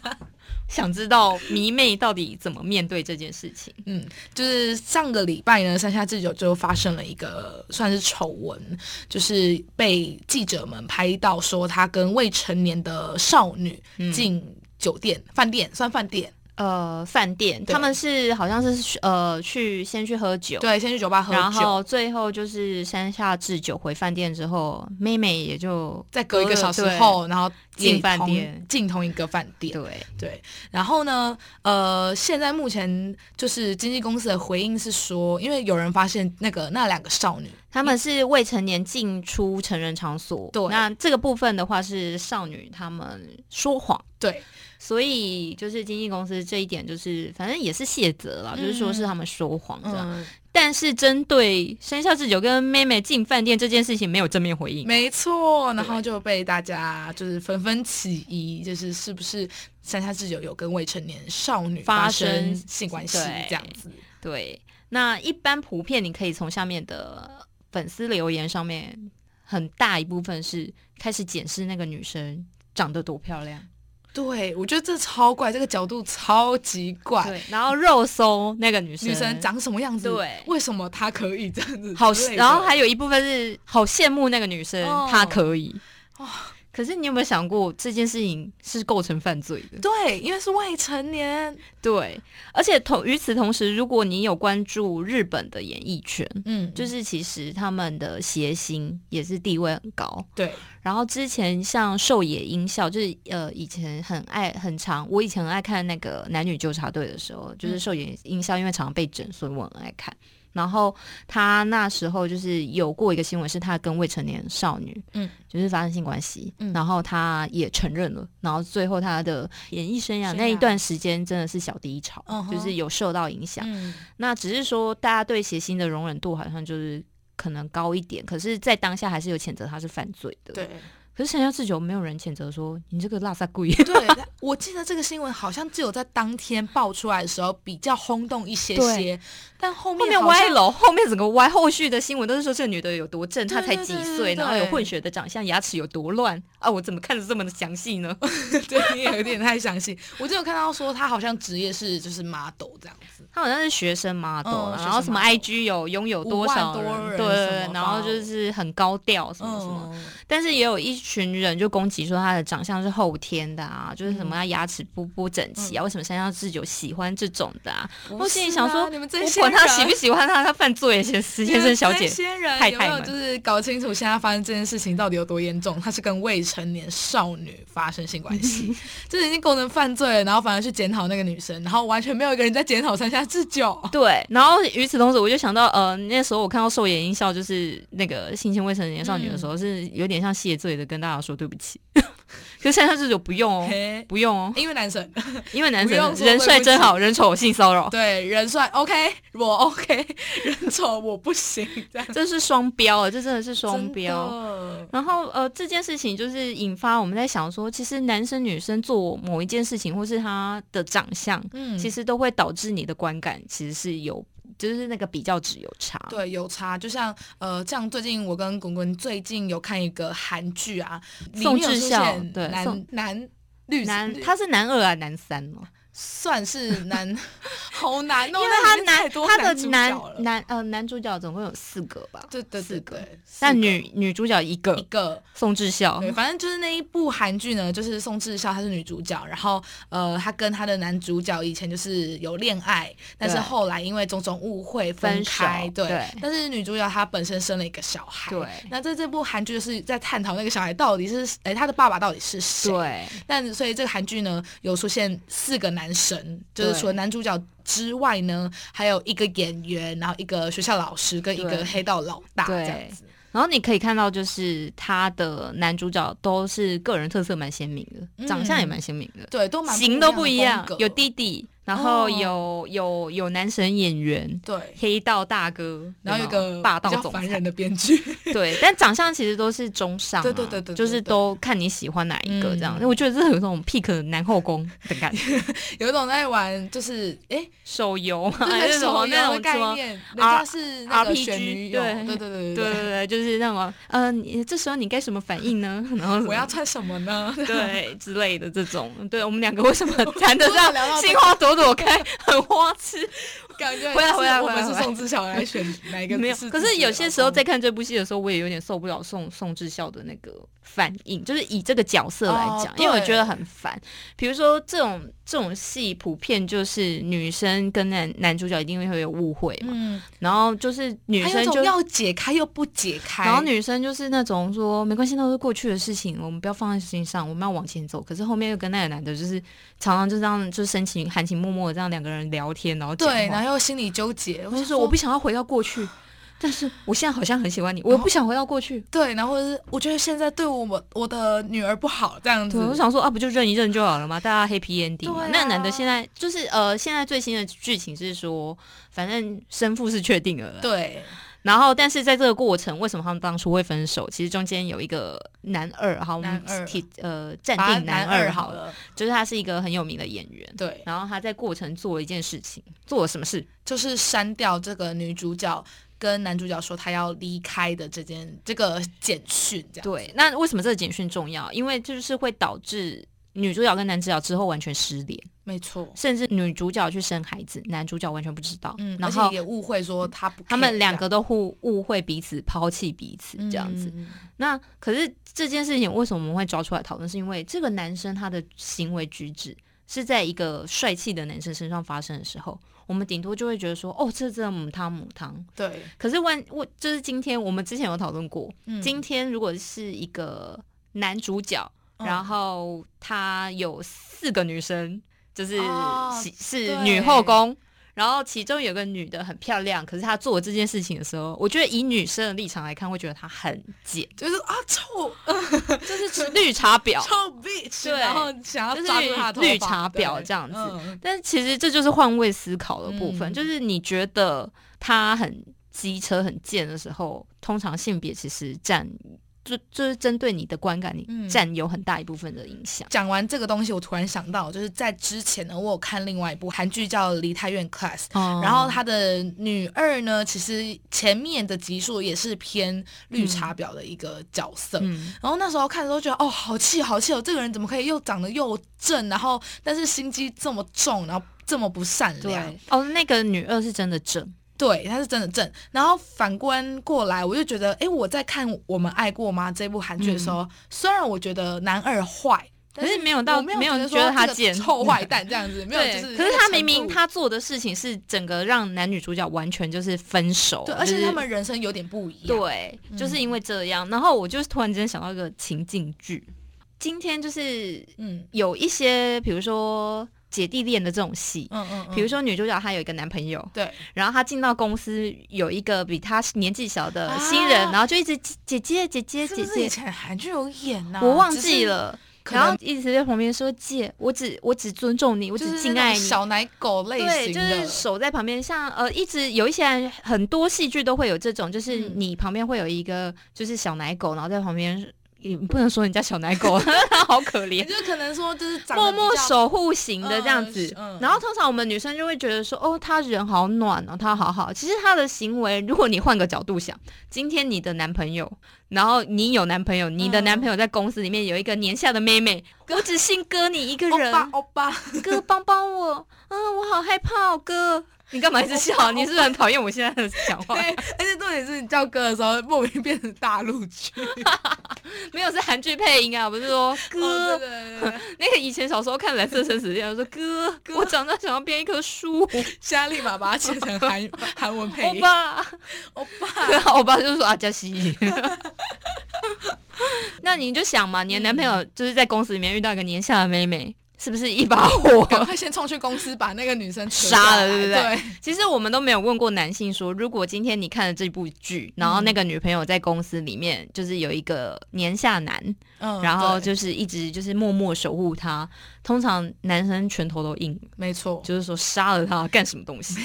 Speaker 3: 想知道迷妹到底怎么面对这件事情。
Speaker 2: 嗯，就是上个礼拜呢，山下智久就发生了一个算是丑闻，就是被记者们拍到说他跟未成年的少女进酒店、饭店，算饭店，
Speaker 3: 呃，饭店
Speaker 2: 对
Speaker 3: 他们是好像是去呃去先去喝酒，
Speaker 2: 对，先去酒吧喝
Speaker 3: 然
Speaker 2: 酒，
Speaker 3: 后最后就是山下智久回饭店之后，妹妹也就
Speaker 2: 再隔一个小时
Speaker 3: 对
Speaker 2: 后，然后也
Speaker 3: 进饭
Speaker 2: 同
Speaker 3: 店
Speaker 2: 进同一个饭店。
Speaker 3: 对，
Speaker 2: 对，然后呢，呃，现在目前就是经纪公司的回应是说，因为有人发现那个那两个少女，
Speaker 3: 他们是未成年进出成人场所。
Speaker 2: 对
Speaker 3: 那这个部分的话是少女他们说谎。
Speaker 2: 对
Speaker 3: 所以就是经纪公司这一点，就是反正也是谢责啦，
Speaker 2: 嗯
Speaker 3: 就是说是他们说谎这样。
Speaker 2: 嗯，
Speaker 3: 但是针对山下智久跟妹妹进饭店这件事情，没有正面回应。
Speaker 2: 没错，然后就被大家就是纷纷起疑，就是是不是山下智久有跟未成年少女发
Speaker 3: 发生
Speaker 2: 生性关系
Speaker 3: 对
Speaker 2: 这样子？
Speaker 3: 对，那一般普遍你可以从下面的粉丝留言上面，很大一部分是开始检视那个女生长得多漂亮，
Speaker 2: 对，我觉得这超怪，这个角度超级怪。
Speaker 3: 对，然后肉搜那个女生，
Speaker 2: 女生长什么样子？
Speaker 3: 对
Speaker 2: 为什么她可以这样子之类的？
Speaker 3: 好，然后还有一部分是好羡慕那个女生，
Speaker 2: 哦
Speaker 3: 她可以。
Speaker 2: 哦
Speaker 3: 可是你有没有想过这件事情是构成犯罪的？
Speaker 2: 对，因为是未成年，
Speaker 3: 对，而且同与此同时，如果你有关注日本的演艺圈，
Speaker 2: 嗯，
Speaker 3: 就是是其实他们的谐星也是地位很高。
Speaker 2: 对，
Speaker 3: 然后之前像狩野英孝，就是呃以前很爱很长，我以前很爱看那个男女纠察队的时候，就是
Speaker 2: 嗯
Speaker 3: 狩野英孝，因为常常被整，所以我很爱看。然后他那时候就是有过一个新闻，是他跟未成年少女，
Speaker 2: 嗯，
Speaker 3: 就是发生性关系，
Speaker 2: 嗯
Speaker 3: 然后他也承认了，然后最后他的演艺生涯
Speaker 2: 生涯
Speaker 3: 那一段时间真的是小低潮，
Speaker 2: 嗯哼
Speaker 3: 就是有受到影响。
Speaker 2: 嗯，
Speaker 3: 那只是说大家对谐星的容忍度好像就是可能高一点，可是，在当下还是有谴责他是犯罪的。
Speaker 2: 对。
Speaker 3: 可是神下智久没有人谴责说你这个垃圾鬼，
Speaker 2: 对，他我记得这个新闻好像只有在当天爆出来的时候比较轰动一些些
Speaker 3: 对，
Speaker 2: 但 后
Speaker 3: 后
Speaker 2: 面
Speaker 3: 面
Speaker 2: 好
Speaker 3: 歪
Speaker 2: 像。
Speaker 3: 楼， 后面整个歪，后续的新闻都是说这个女的有多正，
Speaker 2: 对
Speaker 3: 她才几
Speaker 2: 对对对
Speaker 3: 岁，然后
Speaker 2: 对
Speaker 3: 有混血的长相，牙齿有多乱啊！我怎么看的这么的详 细呢？
Speaker 2: 对你也有点太相信。我只有看到说他好像职业是就是 model 这样子，
Speaker 3: 她好像是学生 model，、
Speaker 2: 嗯
Speaker 3: 然后什么
Speaker 2: 学生
Speaker 3: IG 有拥有多少
Speaker 2: 5万多人
Speaker 3: 对
Speaker 2: 什么
Speaker 3: 然后就是很高调什么什么，
Speaker 2: 嗯，
Speaker 3: 但是也有一群人就攻击说她的长相是后天的啊，就是什么
Speaker 2: 嗯
Speaker 3: 她牙齿不不整齐啊，为什么山下智久喜欢这种的啊？
Speaker 2: 不
Speaker 3: 我心里
Speaker 2: 是
Speaker 3: 想
Speaker 2: 啊
Speaker 3: 说
Speaker 2: 你们这
Speaker 3: 我
Speaker 2: 些
Speaker 3: 管他
Speaker 2: 人
Speaker 3: 喜不喜欢他， 他犯罪先先生小
Speaker 2: 你
Speaker 3: 姐
Speaker 2: 们这。些人
Speaker 3: 太
Speaker 2: 有
Speaker 3: 太
Speaker 2: 没有
Speaker 3: 们
Speaker 2: 就是搞清楚现在发生这件事情到底有多严重？他是跟未成年少女发生性关 系，这已经构成犯罪了，然后反而去检讨那个女生，然后完全没有一个人在检讨山下智久。
Speaker 3: 对，然后与此同时，我就想到，呃，那时候我看到兽眼音效，就是那个性侵未成年少女的时候，是有点像谢罪的，跟大家说对不起。 可是现在这种不用哦，
Speaker 2: 嘿
Speaker 3: 不用哦，
Speaker 2: 因为男神
Speaker 3: 因为男
Speaker 2: 不用
Speaker 3: 生
Speaker 2: 说
Speaker 3: 人
Speaker 2: 对
Speaker 3: 帅
Speaker 2: 不
Speaker 3: 真
Speaker 2: 起
Speaker 3: 好，人丑性骚扰，
Speaker 2: 对人帅 OK，我 OK，人丑我不行，这样
Speaker 3: 这是双标啊，这真的是双标。
Speaker 2: 真的
Speaker 3: 然后呃，这件事情就是引发我们在想说，其实男生女生做某一件事情，或是他的长相，
Speaker 2: 嗯，
Speaker 3: 其
Speaker 2: 其实
Speaker 3: 实都会导致你的观感其实是有，就是那个比较值有差。
Speaker 2: 对有差，就像呃，像最近我跟滚滚最近有看一个韩剧啊，里
Speaker 3: 宋
Speaker 2: 面有
Speaker 3: 智
Speaker 2: 出
Speaker 3: 孝
Speaker 2: 现
Speaker 3: 对
Speaker 2: 男
Speaker 3: 宋
Speaker 2: 男律
Speaker 3: 男
Speaker 2: 他
Speaker 3: 他是男二啊，男三哦，
Speaker 2: 算是男， 好难哦，
Speaker 3: 因为
Speaker 2: 那
Speaker 3: 他
Speaker 2: 里面太
Speaker 3: 男
Speaker 2: 多
Speaker 3: 他
Speaker 2: 主
Speaker 3: 的
Speaker 2: 角
Speaker 3: 男
Speaker 2: 了
Speaker 3: 男呃男主角总共有四个吧，
Speaker 2: 对对对
Speaker 3: 四个
Speaker 2: 对，四
Speaker 3: 但
Speaker 2: 个
Speaker 3: 女女主角一
Speaker 2: 一
Speaker 3: 个
Speaker 2: 个
Speaker 3: 宋智孝，
Speaker 2: 对，反正就是那一部韩剧呢，就是宋智孝她是女主角，然后呃，她跟她的男主角以前就是有恋爱，但是
Speaker 3: 对
Speaker 2: 后来因为种种误会
Speaker 3: 分手
Speaker 2: 开，对。
Speaker 3: 对
Speaker 2: 但是女主角她本身生了一个小孩，
Speaker 3: 对。
Speaker 2: 那在这部韩剧就是在探讨那个小孩到底是，哎、她的爸爸到底是谁？
Speaker 3: 对，
Speaker 2: 但所以这个韩剧呢，有出现四个男神，就是
Speaker 3: 对
Speaker 2: 除了男主角之外呢，还有一个演员，然后一个学校老师跟一个
Speaker 3: 对
Speaker 2: 黑道老大这
Speaker 3: 对
Speaker 2: 样子。
Speaker 3: 然后你可以看到，就是他的男主角都
Speaker 2: 嗯
Speaker 3: 是个人特色蛮鲜明的，长相也蛮鲜明的，
Speaker 2: 对，都蛮
Speaker 3: 型都
Speaker 2: 不
Speaker 3: 不
Speaker 2: 一
Speaker 3: 一
Speaker 2: 样
Speaker 3: 样
Speaker 2: 的风格，
Speaker 3: 有弟弟，然后
Speaker 2: 哦
Speaker 3: 有、有有男神演员。
Speaker 2: 对，
Speaker 3: 黑道大哥，
Speaker 2: 然后有一
Speaker 3: 没有
Speaker 2: 个
Speaker 3: 霸道
Speaker 2: 比较
Speaker 3: 总
Speaker 2: 烦
Speaker 3: 裁，
Speaker 2: 人的编剧，
Speaker 3: 对，但长相其实都是中上、啊，
Speaker 2: 对对对对对
Speaker 3: 就是
Speaker 2: 对
Speaker 3: 都看你喜欢哪一个这样。
Speaker 2: 嗯
Speaker 3: 我觉得这有一种 pick 男后宫的 感觉，
Speaker 2: 有一种在玩就是哎，
Speaker 3: 手游嘛，啊还
Speaker 2: 那
Speaker 3: 是
Speaker 2: 是
Speaker 3: 什么那
Speaker 2: 那
Speaker 3: 种
Speaker 2: 种
Speaker 3: 什
Speaker 2: 概
Speaker 3: 么。啊
Speaker 2: 念，人
Speaker 3: R-
Speaker 2: 家是那个
Speaker 3: RPG
Speaker 2: 选女友，
Speaker 3: 对
Speaker 2: 对对对
Speaker 3: 对对对，就是那种，呃，你这时候你该什么反应呢？ 然后什么
Speaker 2: 我要穿什么呢？
Speaker 3: 对之类的这种，对我们两个为什么谈得
Speaker 2: 突
Speaker 3: 上
Speaker 2: 然聊到这
Speaker 3: 心花朵朵开，很花痴？
Speaker 2: 感觉
Speaker 3: 回来
Speaker 2: 就是
Speaker 3: 回来
Speaker 2: 我
Speaker 3: 回来
Speaker 2: 们是
Speaker 3: 回来
Speaker 2: 宋智孝来选哪一个？
Speaker 3: 啊没有，可是有些时候在
Speaker 2: 在
Speaker 3: 看这部戏的时候，我也有点受不了宋宋智孝的那个反应，就是以这个角色来讲，
Speaker 2: 哦
Speaker 3: 因为我
Speaker 2: 对
Speaker 3: 觉得很烦。比如说这种这种戏，普遍就是女生跟男男主角一定会有误会嘛，
Speaker 2: 嗯，
Speaker 3: 然后就是女
Speaker 2: 还有
Speaker 3: 生
Speaker 2: 一
Speaker 3: 就
Speaker 2: 种。要解开又不解开，
Speaker 3: 然后女生就是那种说没关系，那是过去的事情，我们不要放在心上，我们要往前走。可是后面又跟那个男的，就是常常就这样，就是深情含情脉脉的这样两个人聊天，然后讲
Speaker 2: 对，
Speaker 3: 话
Speaker 2: 然后又心里纠结，
Speaker 3: 我就
Speaker 2: 想
Speaker 3: 说我不想要回到过 去，但是我现在好像很喜欢你，我不想回到过去。
Speaker 2: 对，然后或者是我觉得现在对我们我的女儿不好这样子
Speaker 3: 对，，我想说啊，不就认一认就好了嘛，大家 happy ending 嘛。
Speaker 2: 对啊
Speaker 3: 那男的现在就是呃，现在最新的剧情是说，反正生父是确定了啦。
Speaker 2: 对，
Speaker 3: 然后，但是在这个过程，为什么他们当初会分手？其实中间有一个男二，好，我们
Speaker 2: 男二
Speaker 3: 提呃暂
Speaker 2: 把
Speaker 3: 定男
Speaker 2: 二
Speaker 3: 二好了，
Speaker 2: 了，
Speaker 3: 就是他是一个很有名的演员。
Speaker 2: 对，
Speaker 3: 然后他在过程做了一件事情，做了什么事？
Speaker 2: 就是删掉这个女主角跟男主角说他要离开的这件这个简讯，这样
Speaker 3: 对，那为什么这个简讯重要？因为就是会导致女主角跟男主角之后完全失联，
Speaker 2: 没错，
Speaker 3: 甚至女主角去生孩子，男主角完全不知道。
Speaker 2: 嗯，
Speaker 3: 然
Speaker 2: 而
Speaker 3: 后
Speaker 2: 且也误会说他不 care 这样，
Speaker 3: 他们两个都互误会彼此，抛弃彼此这样子。
Speaker 2: 嗯，
Speaker 3: 那可是这件事情为什么我们会抓出来讨论？是因为这个男生他的行为举止是在一个帅气的男生身上发生的时候，我们顶多就会觉得说，哦，这这母汤母汤。
Speaker 2: 对，
Speaker 3: 可是万我就是今天我们之前有讨论过，
Speaker 2: 嗯
Speaker 3: 今天如果是一个男主角，
Speaker 2: 嗯
Speaker 3: 然后他有四个女生，就是喜、
Speaker 2: 哦
Speaker 3: 是
Speaker 2: 对
Speaker 3: 女后宫，然后其中有个女的很漂亮，可是她做这件事情的时候，我觉得以女生的立场来看，会觉得她很贱，
Speaker 2: 就是啊臭
Speaker 3: 就是 绿茶婊。
Speaker 2: 臭 bitch，
Speaker 3: 对
Speaker 2: 然后想要
Speaker 3: 就是
Speaker 2: 抓住他的头发
Speaker 3: 绿茶婊
Speaker 2: 对
Speaker 3: 这样子
Speaker 2: 嗯
Speaker 3: 但其实这就是换位思考的部分，
Speaker 2: 嗯
Speaker 3: 就是你觉得她很机车、很贱的时候，通常性别其实占。就就是针对你的观感，你
Speaker 2: 嗯
Speaker 3: 占有很大一部分的影响。
Speaker 2: 讲完这个东西，我突然想到，就是在之前呢，我有看另外一部韩剧叫《梨泰院 Class》，
Speaker 3: 哦
Speaker 2: 然后她的女二呢，其实前面的集数也是偏绿茶婊的一个角色。
Speaker 3: 嗯，
Speaker 2: 然后那时候看的时候觉得，哦，好气好气哦，这个人怎么可以又长得又正，然后但是心机这么重，然后这么不善良
Speaker 3: 对。，哦，那个女二是真的正，
Speaker 2: 对，他是真的正。然后反观过来，我就觉得，诶，我在看《我们爱过吗》这部韩剧的时候，虽然我觉得男二坏，但
Speaker 3: 嗯可是没有到
Speaker 2: 我没
Speaker 3: 没有
Speaker 2: 有
Speaker 3: 觉得
Speaker 2: 说
Speaker 3: 他
Speaker 2: 这个
Speaker 3: 贱嗯
Speaker 2: 臭坏 蛋这样子，没有
Speaker 3: 对。
Speaker 2: 就是那个程度。
Speaker 3: 可是他明明他做的事情是整个让男女主角完全就是分手，
Speaker 2: 对，而且嗯
Speaker 3: 就是
Speaker 2: 他们人生有点不一样。
Speaker 3: 对，就是因为这样。然后我就突然间想到一个情境剧，今天就是
Speaker 2: 嗯
Speaker 3: 有一些，比如说姐弟恋的这种戏。
Speaker 2: 嗯嗯嗯，
Speaker 3: 比如说，女主角她有一个男朋友，
Speaker 2: 对，
Speaker 3: 然后她进到公司有一个比她年纪小的新人，
Speaker 2: 啊
Speaker 3: 然后就一直姐姐姐姐
Speaker 2: 是
Speaker 3: 姐
Speaker 2: 不是以
Speaker 3: 姐，
Speaker 2: 前韩剧有演呐、
Speaker 3: 我忘
Speaker 2: 啊只是
Speaker 3: 记，了。
Speaker 2: 可
Speaker 3: 然
Speaker 2: 能
Speaker 3: 后一直在旁边说：“姐，我只我只尊重你，我
Speaker 2: 我
Speaker 3: 只敬爱你。
Speaker 2: 小奶狗”类
Speaker 3: 对，
Speaker 2: 型
Speaker 3: 就
Speaker 2: 的，
Speaker 3: 是守在旁边，像呃，一直有一些人很多戏剧都会有这种，就是
Speaker 2: 嗯
Speaker 3: 你旁边会有一个就是小奶狗，然后在旁边，也不能说人家小奶狗， 好可
Speaker 2: 也
Speaker 3: 怜，
Speaker 2: 就可能说就是长得
Speaker 3: 默默
Speaker 2: 比较，
Speaker 3: 守护型的这样子。
Speaker 2: 嗯嗯
Speaker 3: 然后通常我们女生就会觉得说：“哦，他人好暖哦，他好好。”其实他的行为，如果你换个角度想，今天你的男朋友，然后你有男朋友，你的
Speaker 2: 嗯
Speaker 3: 男朋友在公司里面有一个年下的妹妹，我只信哥你一个
Speaker 2: 欧
Speaker 3: 人，哦
Speaker 2: 巴欧巴，
Speaker 3: 哥帮帮我，啊，我好害怕、哦，哥。你干嘛一 直笑？你是不是很讨厌我现在的讲话？
Speaker 2: 对，而且重点是你叫哥的时候莫名变成大陆剧，
Speaker 3: 没有，是韩剧配音啊，不是说哥、
Speaker 2: 哦对对对对对，
Speaker 3: 那个以前小时候看《蓝色生死恋》，我说哥哥，我长大想要变一棵树，
Speaker 2: 现在立马把它切成韩韩文配
Speaker 3: 嗯欧
Speaker 2: 音，
Speaker 3: 巴。
Speaker 2: 欧巴，
Speaker 3: 然后我爸就说啊，加西。
Speaker 2: 嗯
Speaker 3: 那你就想嘛，你的男朋友就是在公司里面遇到一个年下的妹妹，是不是 一把火？
Speaker 2: 赶快先冲去公司把那个女生扯
Speaker 3: 杀
Speaker 2: 下
Speaker 3: 了
Speaker 2: 来
Speaker 3: 对不对
Speaker 2: 对？
Speaker 3: 其实我们都没有问过男性说，如果今天你看了这部剧，然
Speaker 2: 嗯
Speaker 3: 后那个女朋友在公司里面就是有一个年下男，
Speaker 2: 嗯
Speaker 3: 然后
Speaker 2: 对
Speaker 3: 就是一直就是默默守护她，通常男生拳头都硬，
Speaker 2: 没错，啊
Speaker 3: 就是说杀了她干什么东西？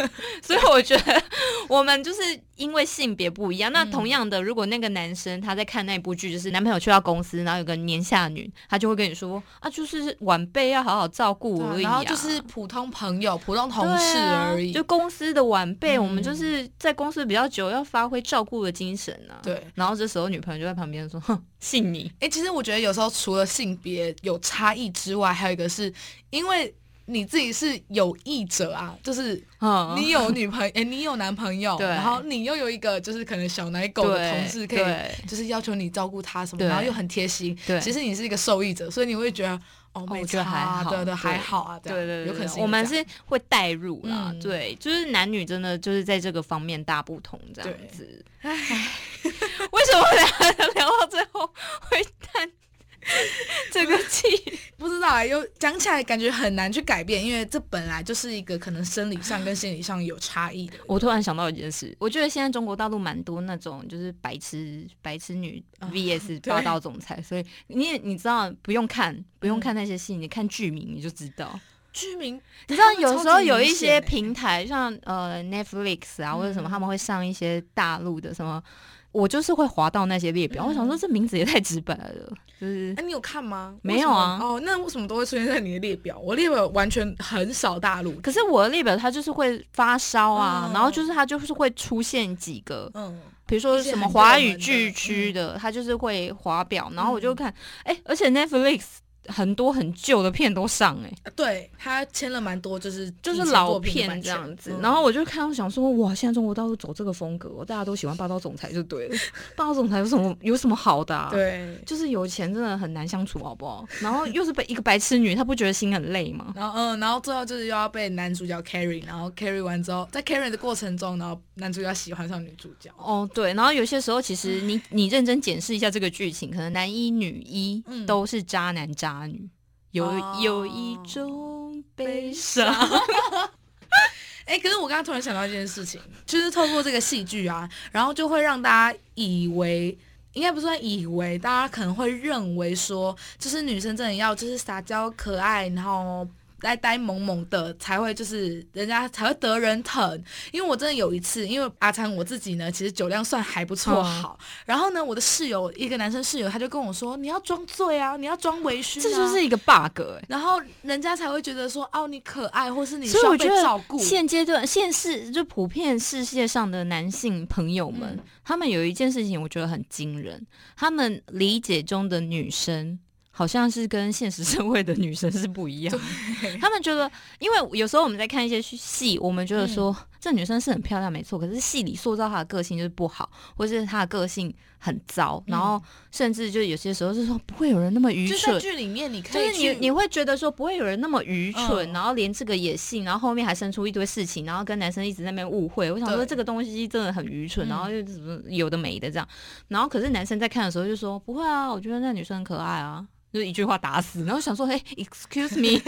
Speaker 3: 所以我觉得我们就是因为性别不一样。那
Speaker 2: 嗯
Speaker 3: 同样的，如果那个男生他在看那部剧，就是男朋友去到公司，然后有个年下女，他就会跟你说啊，就是晚辈要好好照顾我而
Speaker 2: 对
Speaker 3: 已、
Speaker 2: 然
Speaker 3: 啊，
Speaker 2: 后就是普通朋友、普通同
Speaker 3: 对
Speaker 2: 事
Speaker 3: 啊
Speaker 2: 而已。
Speaker 3: 就公司的晚辈，
Speaker 2: 嗯
Speaker 3: 我们就是在公司比较久，要发挥照顾的精神啊。
Speaker 2: 对，
Speaker 3: 然后这时候女朋友就在旁边说：“哼，信你。
Speaker 2: 哎、其实我觉得有时候除了性别有差异之外，还有一个是因为你自己是有意者啊，就是”
Speaker 3: 嗯，
Speaker 2: 你有女朋友，哎、你有男朋友，
Speaker 3: 对
Speaker 2: 然后你又有一个就是可能小奶狗的
Speaker 3: 对
Speaker 2: 同事可以，
Speaker 3: 对
Speaker 2: 就是要求你照顾他什么，
Speaker 3: 对
Speaker 2: 然后又很贴心。
Speaker 3: 对
Speaker 2: 其实你是一个受益者，所以你会觉得哦，没
Speaker 3: 我觉
Speaker 2: 差
Speaker 3: 得
Speaker 2: 啊，对对，
Speaker 3: 还好对
Speaker 2: 还好啊，这
Speaker 3: 对
Speaker 2: 样
Speaker 3: 对对，
Speaker 2: 有可能
Speaker 3: 对我们
Speaker 2: 这样
Speaker 3: 是会带入啦，
Speaker 2: 嗯
Speaker 3: 对，就是男女真的就是在这个方面大不同这样子。唉，为什么聊聊到最后会叹这个气？
Speaker 2: 不知道啊，有讲起来感觉很难去改变，因为这本来就是一个可能生理上跟心理上有差异的。
Speaker 3: 我突然想到一件事，我觉得现在中国大陆蛮多那种就是白痴白痴女 VS
Speaker 2: 对
Speaker 3: 霸道总裁，所以你也你知道不用看不用看那些戏，你看剧名你就知道。
Speaker 2: 居民，
Speaker 3: 你知道
Speaker 2: 他们
Speaker 3: 有
Speaker 2: 超
Speaker 3: 时候
Speaker 2: 级
Speaker 3: 有
Speaker 2: 明
Speaker 3: 一
Speaker 2: 显
Speaker 3: 些
Speaker 2: 欸嗯
Speaker 3: 平台，像呃 Netflix 啊或者什么，他们会上一些大陆的什么，我就是会滑到那些列表，我想说
Speaker 2: 嗯
Speaker 3: 这名字也太直白了，就是
Speaker 2: 哎、你有看吗？
Speaker 3: 没有啊
Speaker 2: 为什么哦，那为什么都会出现在你的列表？我列表完全很少大陆。
Speaker 3: 可是我的列表它就是会发烧啊，
Speaker 2: 嗯
Speaker 3: 然后就是它就是会出现几个，
Speaker 2: 嗯，
Speaker 3: 比如
Speaker 2: 一
Speaker 3: 说
Speaker 2: 些
Speaker 3: 什么
Speaker 2: 很
Speaker 3: 华
Speaker 2: 热
Speaker 3: 语
Speaker 2: 门的嗯
Speaker 3: 剧区的，它就是会滑表，然后我就看，哎、而且 Netflix 很多很旧的片都上、哎。
Speaker 2: 对他签了蛮多，就是
Speaker 3: 就是
Speaker 2: 以前
Speaker 3: 老
Speaker 2: 作品的版
Speaker 3: 片这
Speaker 2: 权
Speaker 3: 样子，
Speaker 2: 嗯
Speaker 3: 然后我就看，我想说，哇，现在中国大陆走这个风格哦，大家都喜欢霸道总裁就对了。霸道总裁有什么有什么好的、啊？，
Speaker 2: 对，
Speaker 3: 就是有钱真的很难相处，好不好？然后又是被一个白痴女，她不觉得心很累吗？
Speaker 2: 然后嗯，然后最后就是又要被男主角 carry，然后 carry 完之后，在 carry 的过程中，然后男主角喜欢上女主角。
Speaker 3: 哦，对，然后有些时候其实你你认真检视一下这个剧情，可能男一女一
Speaker 2: 嗯
Speaker 3: 都是渣男渣女，有、
Speaker 2: 哦
Speaker 3: 有一种悲伤。啊
Speaker 2: 哎、可是我刚刚突然想到一件事情，就是透过这个戏剧啊，然后就会让大家以为。应该不算以为，大家可能会认为说，就是女生真的要就是撒娇可爱，然后呆呆萌萌的，才会就是人家才会得人疼。因为我真的有一次，因为阿昌我自己呢，其实酒量算还不错，
Speaker 3: 嗯
Speaker 2: 好。然后呢，我的室友一个男生室友，他就跟我说，你要装醉啊，你要装微醺、啊，
Speaker 3: 这就是一个 bug 哎、
Speaker 2: 然后人家才会觉得说，哦，你可爱，或是你需
Speaker 3: 所以
Speaker 2: 要
Speaker 3: 我
Speaker 2: 被
Speaker 3: 觉得
Speaker 2: 照顾。
Speaker 3: 现阶段、现世就普遍世界上的男性朋友们，
Speaker 2: 嗯
Speaker 3: 他们有一件事情我觉得很惊人，他们理解中的女生。好像是跟现实社会的女生是不一样的，他们觉得，因为有时候我们在看一些戏，我们觉
Speaker 2: 嗯
Speaker 3: 得说、这女生是很漂亮，没错，可是戏里塑造她的个性就是不好，或是她的个性很糟，然后甚至就有些时候是说不会有人那么愚
Speaker 2: 嗯就
Speaker 3: 蠢
Speaker 2: 在，剧里面，你可
Speaker 3: 就
Speaker 2: 以
Speaker 3: 是你
Speaker 2: 去
Speaker 3: 你会觉得说不会有人那么愚蠢，
Speaker 2: 嗯
Speaker 3: 然后连这个也信，然后后面还生出一堆事情，然后跟男生一直在那边误会。我想说
Speaker 2: 对
Speaker 3: 这个东西真的很愚蠢，
Speaker 2: 嗯
Speaker 3: 然后又怎么有的没的这样。然后可是男生在看的时候就说不会啊，我觉得那女生很可爱啊，就一句话打死。然后想说嘿，excuse me，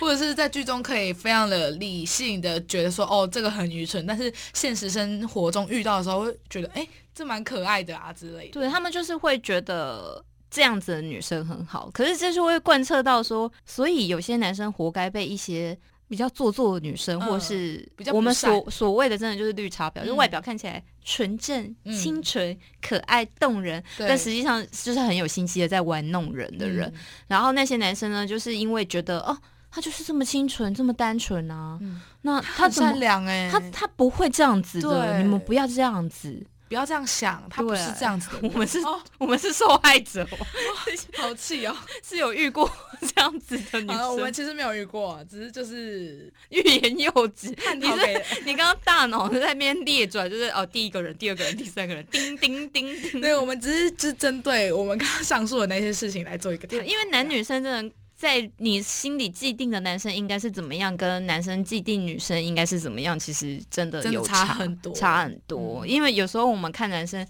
Speaker 2: 或者是在剧中可以非常的理性的觉得说，哦，这个很愚蠢，但是现实生活中遇到的时候会觉得，哎、这蛮可爱的啊之类的。
Speaker 3: 对他们就是会觉得。这样子的女生很好，可是这就会贯彻到说，所以有些男生活该被一些比较做作的女生，
Speaker 2: 嗯
Speaker 3: 或是
Speaker 2: 比较不
Speaker 3: 我们
Speaker 2: 善
Speaker 3: 所所谓的真的就是绿茶婊，就
Speaker 2: 嗯
Speaker 3: 外表看起来纯正、
Speaker 2: 嗯
Speaker 3: 清纯、可爱、动人，
Speaker 2: 对嗯
Speaker 3: 但实际上就是很有心机的在玩弄人的人。然后那些男生呢，就是因为觉得哦，他就是这么清纯、这么单纯啊，
Speaker 2: 嗯
Speaker 3: 那
Speaker 2: 他
Speaker 3: 他
Speaker 2: 很
Speaker 3: 怎么
Speaker 2: 善良哎、
Speaker 3: 他他不会这样子的，
Speaker 2: 对
Speaker 3: 你们不要这样子，
Speaker 2: 不要这样想，他不是
Speaker 3: 对啊
Speaker 2: 这样子的
Speaker 3: 我
Speaker 2: 人。
Speaker 3: 们是、
Speaker 2: 哦
Speaker 3: 我们是受害者哦，
Speaker 2: 好气哦！
Speaker 3: 是有遇过这样子的 女
Speaker 2: 好了，我们
Speaker 3: 生，
Speaker 2: 其实没有遇过，只是就是
Speaker 3: 欲言又止。
Speaker 2: 探
Speaker 3: 你
Speaker 2: 讨给
Speaker 3: 是你刚刚大脑在那边列转，就是哦，第一个人，第二个人，第三个人，叮叮叮叮。
Speaker 2: 对，我们只是就是针对我们刚刚上述的那些事情来做一个探
Speaker 3: 对，
Speaker 2: 讨，
Speaker 3: 因为男女生真的在你心里既定的男生应该是怎么样，跟男生既定女生应该是怎么样，其实真的
Speaker 2: 真的
Speaker 3: 有
Speaker 2: 差很多嗯
Speaker 3: 差很多。因为有时候我们看男生。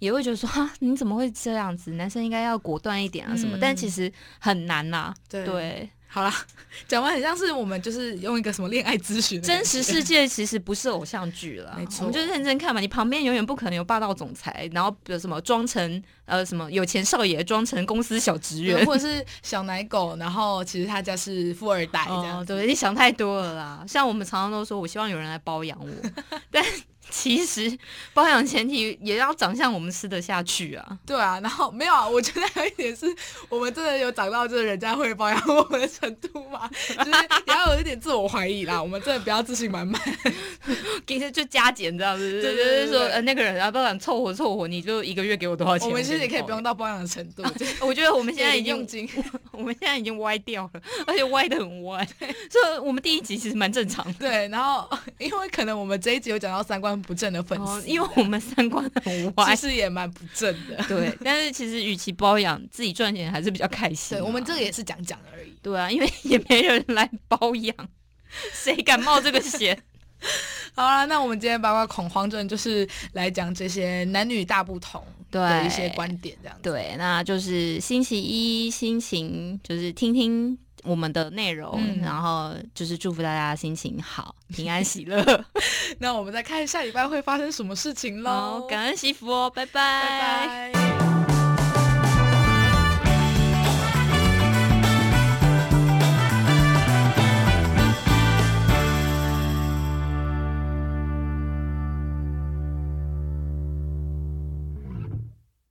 Speaker 3: 也会觉得说啊，你怎么会这样子？男生应该要果断一点啊什么，
Speaker 2: 嗯
Speaker 3: 但其实很难呐、
Speaker 2: 对
Speaker 3: 对，
Speaker 2: 好啦，讲完很像是我们就是用一个什么恋爱咨询的感觉，
Speaker 3: 真实世界其实不是偶像剧啦，
Speaker 2: 没错
Speaker 3: 我们就认真看嘛。你旁边永远不可能有霸道总裁，然后比如什么装成呃什么有钱少爷，装成公司小职员
Speaker 2: 对，或者是小奶狗，然后其实他家是富二代这样
Speaker 3: 哦，对，你想太多了啦。像我们常常都说，我希望有人来包养我， 但其实包养前提也要长相我们吃得下去啊。
Speaker 2: 对啊，然后没有啊，我觉得还有一点是我们真的有长到就是人家会包养我们的程度 嘛，就是也要有一点自我怀疑啦。我们真的不要自信满满，
Speaker 3: 给就加减这样子，
Speaker 2: 对对
Speaker 3: 就
Speaker 2: 对
Speaker 3: 是说
Speaker 2: 对
Speaker 3: 呃那个人啊，不然凑合凑合，你就一个月给我多少钱？
Speaker 2: 我们其实
Speaker 3: 就
Speaker 2: 也可以不
Speaker 3: 包养
Speaker 2: 用。到包养的程 度，就是
Speaker 3: 我觉得我们现在已
Speaker 2: 零用
Speaker 3: 经，
Speaker 2: 金。
Speaker 3: 我们现在已经歪掉了，而且歪的很歪。所以我们第一集其实蛮正常的，
Speaker 2: 对，然后因为可能我们这一集有讲到三观不正的粉
Speaker 3: 哦
Speaker 2: 丝，
Speaker 3: 因为我们三观很
Speaker 2: 其
Speaker 3: 歪。
Speaker 2: 实也蛮不正的。
Speaker 3: 对，但是啊其实与其包养自己赚钱还是比较开心啊、
Speaker 2: 对，我们这个也是讲讲而已。
Speaker 3: 对啊， 因为也没人来包养，谁敢冒这个险？
Speaker 2: 好啦，那我们今天八卦恐慌症就是来讲这些男女大不同的一些
Speaker 3: 对
Speaker 2: 观点，这样子。
Speaker 3: 对，那就是星期一心情，就是听听我们的内容，
Speaker 2: 嗯
Speaker 3: 然后就是祝福大家心情好，平安喜 乐。
Speaker 2: 那我们再看下礼拜会发生什么事情
Speaker 3: 好
Speaker 2: 喽，。
Speaker 3: 感恩惜福哦，拜
Speaker 2: 拜
Speaker 3: 拜
Speaker 2: 拜。